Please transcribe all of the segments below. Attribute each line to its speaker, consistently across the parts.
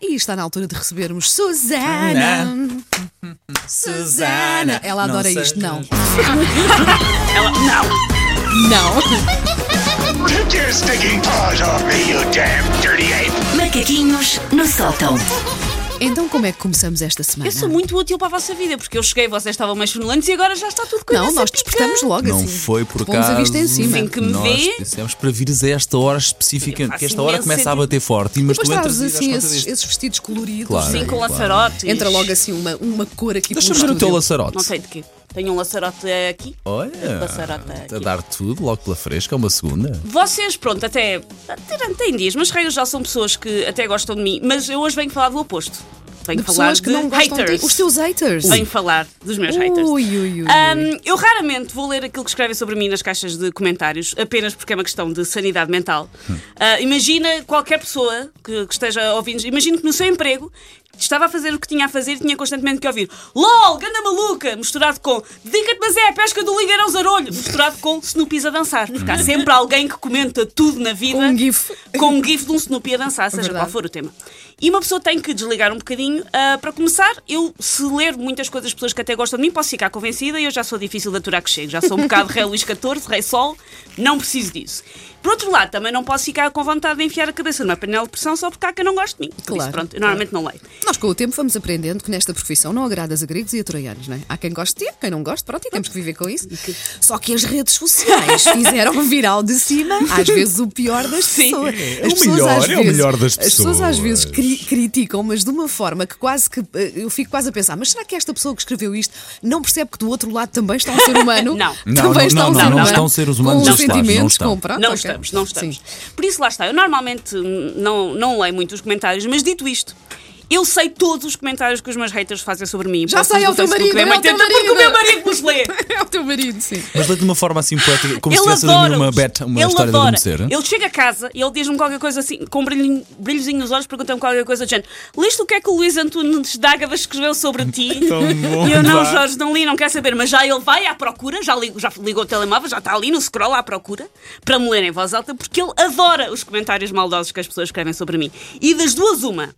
Speaker 1: E está na altura de recebermos Susana. Susana. Ela adora
Speaker 2: sei.
Speaker 1: isto, não.
Speaker 2: Ela, não!
Speaker 1: Não.
Speaker 3: Take your stinking paws off me, you damn dirty ape!
Speaker 4: Macaquinhos no sótão.
Speaker 1: Então, como é que começamos esta semana?
Speaker 2: Eu sou muito útil para a vossa vida, porque eu cheguei, vocês estavam mais funulantes e agora já está tudo com a
Speaker 1: Não,
Speaker 2: cabeça
Speaker 1: nós
Speaker 2: pica.
Speaker 1: despertamos logo
Speaker 5: Não
Speaker 1: assim.
Speaker 5: foi por
Speaker 1: Pomos
Speaker 5: acaso.
Speaker 1: a vista em cima.
Speaker 2: Sim, que me
Speaker 5: Nós
Speaker 2: vê.
Speaker 5: dissemos para vires a esta hora específica,
Speaker 2: Eu faço
Speaker 5: que esta hora
Speaker 2: imenso
Speaker 5: começa
Speaker 2: sentido.
Speaker 5: a bater forte, mas
Speaker 1: Depois
Speaker 5: tu entras
Speaker 1: trazes
Speaker 5: e dás
Speaker 1: assim
Speaker 5: conta
Speaker 1: esses,
Speaker 5: disto.
Speaker 1: esses vestidos coloridos.
Speaker 5: Claro.
Speaker 2: Sim, com
Speaker 5: Claro.
Speaker 2: laçarotes.
Speaker 1: Entra logo assim uma, uma cor aqui
Speaker 5: Deixa-me
Speaker 1: pelo
Speaker 5: ver o teu
Speaker 1: estúdio.
Speaker 5: laçarote.
Speaker 2: Não sei de quê. Tenho um laçarote aqui.
Speaker 5: Olha,
Speaker 2: Laçarote é aqui.
Speaker 5: a dar tudo logo pela fresca, uma segunda.
Speaker 2: Vocês, pronto, até. Tirando, tem dias, mas regra já são pessoas que até gostam de mim, mas eu hoje venho falar do oposto. Venho
Speaker 1: De
Speaker 2: falar
Speaker 1: pessoas que
Speaker 2: de
Speaker 1: não gostam de
Speaker 2: haters.
Speaker 1: ti. Os teus haters.
Speaker 2: Venho falar dos meus haters.
Speaker 1: Ui, ui, ui.
Speaker 2: Ahm, eu raramente vou ler aquilo que escrevem sobre mim nas caixas de comentários, apenas porque é uma questão de sanidade mental.
Speaker 1: Hum.
Speaker 2: Ah, imagina qualquer pessoa que, que esteja ouvindo, imagina que no seu emprego estava a fazer o que tinha a fazer e tinha constantemente que ouvir LOL, ganda maluca, misturado com dedica-te, mas é a pesca do Ligarão Zarolho, misturado com Snoopy a dançar, porque há sempre alguém que comenta tudo na vida
Speaker 1: Com Hum. um gif.
Speaker 2: com um gif de um Snoopy a dançar, seja
Speaker 1: É Verdade.
Speaker 2: qual for o tema. E uma pessoa tem que desligar um bocadinho. ah, para começar, eu, se ler muitas coisas de pessoas que até gostam de mim, posso ficar convencida e eu já sou difícil de aturar que chego. Já sou um bocado Rei Luís XIV, Rei Sol, não preciso disso. Por outro lado, também não posso ficar com vontade de enfiar a cabeça numa panela de pressão só porque há quem não goste de mim. Por
Speaker 1: Claro,
Speaker 2: isso, pronto, eu normalmente não leio.
Speaker 1: Nós com o tempo vamos aprendendo que nesta profissão não agradas a gregos e a troianos, não é? Há quem goste de ti, há quem não goste, pronto, e temos que viver com isso. Só que as redes sociais fizeram vir ao de cima, às vezes, o pior das pessoas. As
Speaker 5: o melhor, é o melhor das
Speaker 1: As pessoas às vezes
Speaker 5: pessoas.
Speaker 1: cri- criticam, mas de uma forma que quase que eh, eu fico quase a pensar, mas será que esta pessoa que escreveu isto não percebe que do outro lado também está um ser humano?
Speaker 2: Não.
Speaker 1: também está um
Speaker 5: Não, não, não,
Speaker 1: ser
Speaker 2: não, não
Speaker 1: humano.
Speaker 5: estão seres humanos
Speaker 1: com
Speaker 5: deste lado, não
Speaker 1: sentimentos,
Speaker 5: estão.
Speaker 1: com pronto,
Speaker 2: não
Speaker 1: Ah, ok.
Speaker 2: estamos, não estamos.
Speaker 1: Sim.
Speaker 2: Por isso, lá está. Eu normalmente hum, não, não leio muitos comentários, mas dito isto. Eu sei todos os comentários que os meus haters fazem sobre mim.
Speaker 1: Já
Speaker 2: Postos
Speaker 1: sei, é
Speaker 2: no
Speaker 1: o teu
Speaker 2: Facebook,
Speaker 1: marido,
Speaker 2: é
Speaker 1: é o teu
Speaker 2: muito- Porque o meu marido nos lê.
Speaker 1: É o teu marido, sim.
Speaker 5: Mas lê de uma forma assim poética, como se
Speaker 2: ele
Speaker 5: estivesse a dormir
Speaker 2: adora
Speaker 5: uma, beta, uma história
Speaker 2: adora.
Speaker 5: de adormecer.
Speaker 2: Ele chega a casa e ele diz-me qualquer coisa assim, com um brilhinho, brilhozinho nos olhos, pergunta-me qualquer coisa do género. Liste o que é que o Luís Antunes D'Ágava escreveu sobre ti?
Speaker 5: bom,
Speaker 2: e eu
Speaker 5: vá.
Speaker 2: não, Jorge, não li, não quero saber. Mas já ele vai à procura, já, li- já ligou o telemóvel, já está ali no scroll à procura, para me ler em voz alta, porque ele adora os comentários maldosos que as pessoas escrevem sobre mim. E das duas, uma.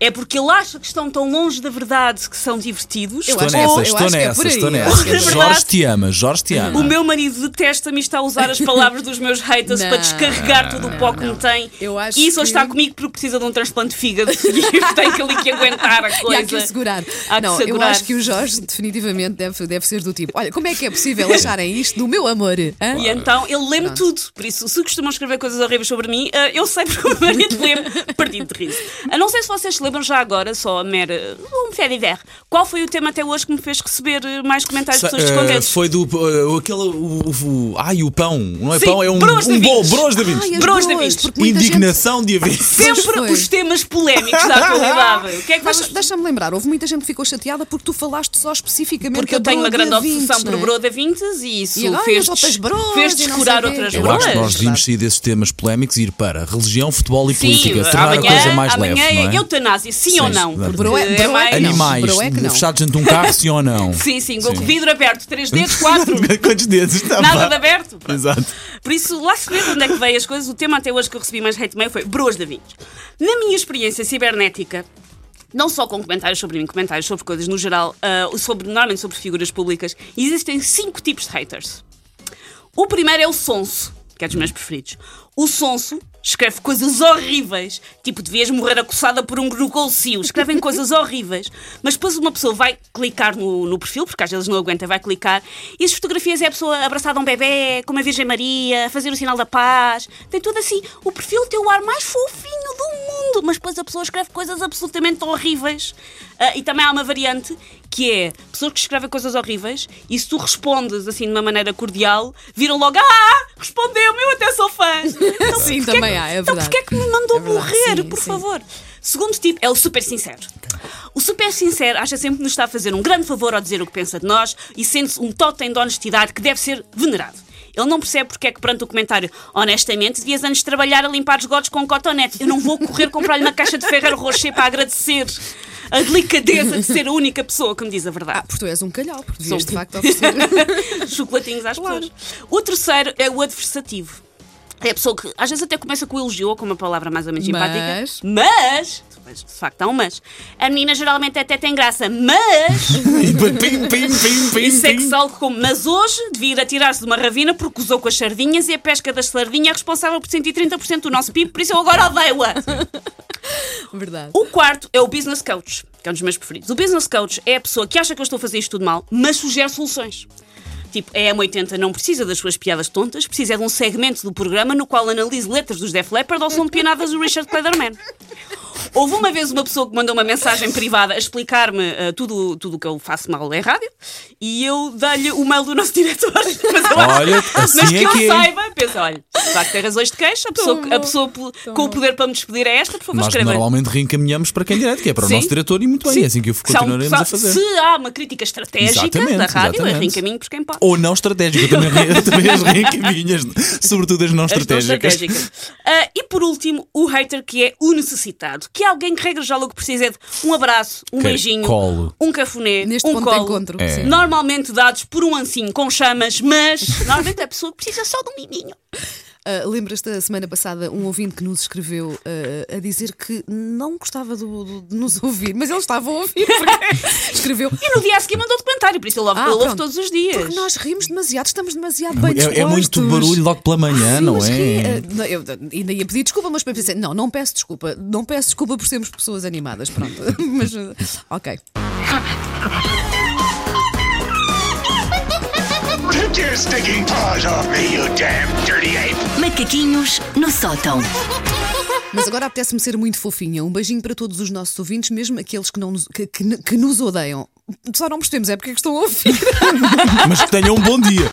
Speaker 2: É porque ele acha que estão tão longe da verdade que são divertidos.
Speaker 1: Eu
Speaker 5: Estou
Speaker 1: acho-
Speaker 5: nessa,
Speaker 1: eu
Speaker 5: estou
Speaker 1: acho que é
Speaker 5: nessa,
Speaker 1: por aí,
Speaker 5: estou
Speaker 1: eu acho que é
Speaker 5: nessa.
Speaker 2: verdade.
Speaker 5: Jorge te ama, Jorge te ama.
Speaker 2: O meu marido detesta-me e está a usar as palavras dos meus haters
Speaker 1: Não,
Speaker 2: para descarregar todo o pó que me tem.
Speaker 1: Eu acho
Speaker 2: e isso hoje
Speaker 1: que-
Speaker 2: está comigo porque precisa de um transplante de fígado e tem que ali que aguentar a
Speaker 1: E
Speaker 2: coisa.
Speaker 1: há que o segurar.
Speaker 2: Há que
Speaker 1: não, eu
Speaker 2: segurar.
Speaker 1: acho que o Jorge definitivamente deve, deve ser do tipo: olha, como é que é possível acharem isto do meu amor? hã?"
Speaker 2: E então ele lê-me tudo, por isso, se costumam escrever coisas horríveis sobre mim, eh, eu sei porque o meu marido lê-me partido de riso. A não sei se vocês se lembram já agora, só a mera. Um fé de ver. Qual foi o tema até hoje que me fez receber eh, mais comentários de
Speaker 5: Sa-
Speaker 2: pessoas
Speaker 5: eh,
Speaker 2: descontentes?
Speaker 5: foi do. eh, aquele. O, o- o- ai, o pão. Não é
Speaker 2: Sim,
Speaker 5: pão, é um,
Speaker 2: broas de
Speaker 5: um bolo,
Speaker 2: vinhos.
Speaker 5: broas de vinhos.
Speaker 1: Ai, as
Speaker 2: Bros da
Speaker 1: boas,
Speaker 2: Vinci.
Speaker 1: porque muita gente-
Speaker 5: Indignação de haver.
Speaker 2: Sempre
Speaker 1: Pois foi.
Speaker 2: os temas polémicos da atualidade. O que é que
Speaker 1: Mas
Speaker 2: vocês
Speaker 1: deixa-me lembrar, houve muita gente que ficou chateada porque tu falaste só especificamente da
Speaker 2: Porque eu tenho uma grande
Speaker 1: broa de
Speaker 2: obsessão
Speaker 1: vintes,
Speaker 2: por
Speaker 1: não é?
Speaker 2: Broda Vintes e isso
Speaker 1: E agora
Speaker 2: fez,
Speaker 1: as outras broas
Speaker 2: fez
Speaker 1: e não sei
Speaker 2: descurar
Speaker 1: quê.
Speaker 2: outras
Speaker 5: Eu acho que nós
Speaker 2: broas.
Speaker 5: devíamos sair desses temas polémicos e ir para religião, futebol e
Speaker 2: Sim,
Speaker 5: política. Tornar a coisa
Speaker 2: amanhã,
Speaker 5: mais
Speaker 2: amanhã
Speaker 5: leve. não
Speaker 2: é
Speaker 5: é?
Speaker 2: eutanásia, sim,
Speaker 5: Sim,
Speaker 2: ou não?
Speaker 5: exato.
Speaker 2: Porque
Speaker 1: Broa-
Speaker 2: é
Speaker 1: broa é que
Speaker 2: mais-
Speaker 1: não.
Speaker 5: Animais
Speaker 1: Bro é que não.
Speaker 5: fechados dentro de um carro, sim ou não?
Speaker 2: Sim, sim, com o vidro aberto, três dedos, quatro,
Speaker 5: Quantos dedos? Tá Está
Speaker 2: nada
Speaker 5: pá.
Speaker 2: de aberto. Pronto.
Speaker 5: Exato.
Speaker 2: Por isso, lá se vê de onde é que veio as coisas. O tema até hoje que eu recebi mais hate mail foi broas da vinhos. Na minha experiência cibernética, não só com comentários sobre mim, comentários sobre coisas no geral, ah, sobre, normalmente sobre figuras públicas, existem cinco tipos de haters. O primeiro é o sonso, que é dos meus preferidos. O sonso escreve coisas horríveis, tipo devias morrer acossada por um gnocolcio. Escrevem coisas horríveis, mas depois uma pessoa vai clicar no, no perfil, porque às vezes não aguenta, vai clicar, e as fotografias é a pessoa abraçada a um bebê, com uma Virgem Maria, a fazer o sinal da paz. Tem tudo assim. O perfil tem o ar mais fofinho do mundo, mas depois a pessoa escreve coisas absolutamente horríveis. Ah, e também há uma variante que é pessoas que escrevem coisas horríveis e se tu respondes assim de uma maneira cordial, viram logo, ah, respondeu-me, eu até sou fã. Então,
Speaker 1: Sim,
Speaker 2: porquê
Speaker 1: também
Speaker 2: que-
Speaker 1: há, é
Speaker 2: Então
Speaker 1: verdade.
Speaker 2: porquê é que me mandou
Speaker 1: É verdade,
Speaker 2: morrer,
Speaker 1: sim,
Speaker 2: por
Speaker 1: sim.
Speaker 2: favor? Segundo tipo é o super sincero. O super sincero acha sempre que nos está a fazer um grande favor ao dizer o que pensa de nós e sente-se um totem de honestidade que deve ser venerado. Ele não percebe porque é que perante o comentário honestamente devias antes trabalhar a limpar os gotos com um cotonete. Eu não vou correr comprar-lhe uma caixa de Ferreiro Rocher para agradecer a delicadeza de ser a única pessoa que me diz a verdade.
Speaker 1: Ah, porque tu és um calhau, porque devias
Speaker 2: Sou.
Speaker 1: de facto oferecer.
Speaker 2: chocolatinhos às pessoas. O terceiro é o adversativo. É a pessoa que às vezes até começa com elogio ou com uma palavra mais ou menos
Speaker 1: Mas-
Speaker 2: simpática, mas depois Pois, de facto, há um mas. A menina geralmente até tem graça, mas. é
Speaker 5: E pim, pim, pim, pim, pim.
Speaker 2: E
Speaker 5: pim.
Speaker 2: sexólogo como, mas hoje devia ir atirar-se de uma ravina porque usou com as sardinhas e a pesca das sardinhas é responsável por 130% do nosso PIB, por isso eu agora odeio-a.
Speaker 1: Verdade.
Speaker 2: O quarto é o business coach, que é um dos meus preferidos. O business coach é a pessoa que acha que eu estou a fazer isto tudo mal, mas sugere soluções. Tipo, a M80 não precisa das suas piadas tontas, precisa é de um segmento do programa no qual analise letras dos Def Leppard ou som de pianadas do Richard Clayderman. Houve uma vez uma pessoa que mandou uma mensagem privada a explicar-me ah, tudo tudo o que eu faço mal em rádio e eu dei-lhe o mail do nosso diretor. Mas, eu acho-
Speaker 5: Olha, assim
Speaker 2: mas que
Speaker 5: é
Speaker 2: eu
Speaker 5: que é.
Speaker 2: saiba, pensa, olha, de facto tem razões de queixa, a pessoa,
Speaker 1: bom,
Speaker 2: a pessoa pelo- com o poder para me despedir é esta, por favor,
Speaker 5: Nós
Speaker 2: escreva.
Speaker 5: normalmente reencaminhamos para quem direto, que é para
Speaker 2: Sim.
Speaker 5: o nosso diretor, e muito bem,
Speaker 2: Sim.
Speaker 5: é assim que eu
Speaker 2: Se há um-
Speaker 5: continuaremos a fazer.
Speaker 2: Se há uma crítica estratégica
Speaker 5: Exatamente,
Speaker 2: da rádio, é
Speaker 5: exatamente.
Speaker 2: eu reencaminho por quem pode.
Speaker 5: Ou não estratégico, eu também, re- eu também as reencaminhas, sobretudo as não
Speaker 2: As não
Speaker 5: estratégicas.
Speaker 2: estratégicas. Ah, e por último, o hater que é o necessitado, que é alguém que regra já logo precisa é de um abraço, um
Speaker 5: Que-
Speaker 2: beijinho,
Speaker 5: colo.
Speaker 2: um cafuné,
Speaker 1: Neste
Speaker 2: um
Speaker 1: ponto de
Speaker 2: colo.
Speaker 1: encontro.
Speaker 5: É.
Speaker 1: sim.
Speaker 2: Normalmente dados por um ancinho com chamas, mas normalmente a pessoa precisa só de um miminho.
Speaker 1: Ah, Lembras-te da semana passada um ouvinte que nos escreveu ah, a dizer que não gostava do- do- de nos ouvir, mas ele estava a ouvir porque escreveu.
Speaker 2: E no dia a seguir mandou documentário, por isso eu lovo,
Speaker 1: Ah,
Speaker 2: eu louvo
Speaker 1: pronto.
Speaker 2: todos os dias.
Speaker 1: Porque nós rimos demasiado, estamos demasiado bem
Speaker 5: É, é muito
Speaker 1: dispostos.
Speaker 5: barulho logo pela manhã,
Speaker 1: Sim,
Speaker 5: não
Speaker 1: mas que,
Speaker 5: é?
Speaker 1: ah, não, eu ainda ia pedir desculpa, mas pensei, não, não peço desculpa. Não peço desculpa por sermos pessoas animadas, pronto. mas, ah, ok.
Speaker 3: Take your stinking paws off me, you damn dirty ape!
Speaker 4: Macaquinhos no sótão.
Speaker 1: Mas agora apetece-me ser muito fofinha. Um beijinho para todos os nossos ouvintes, mesmo aqueles que, não nos, que, que- que nos odeiam. Só não percebemos, é porque é que estão a ouvir.
Speaker 5: Mas que tenham um bom dia.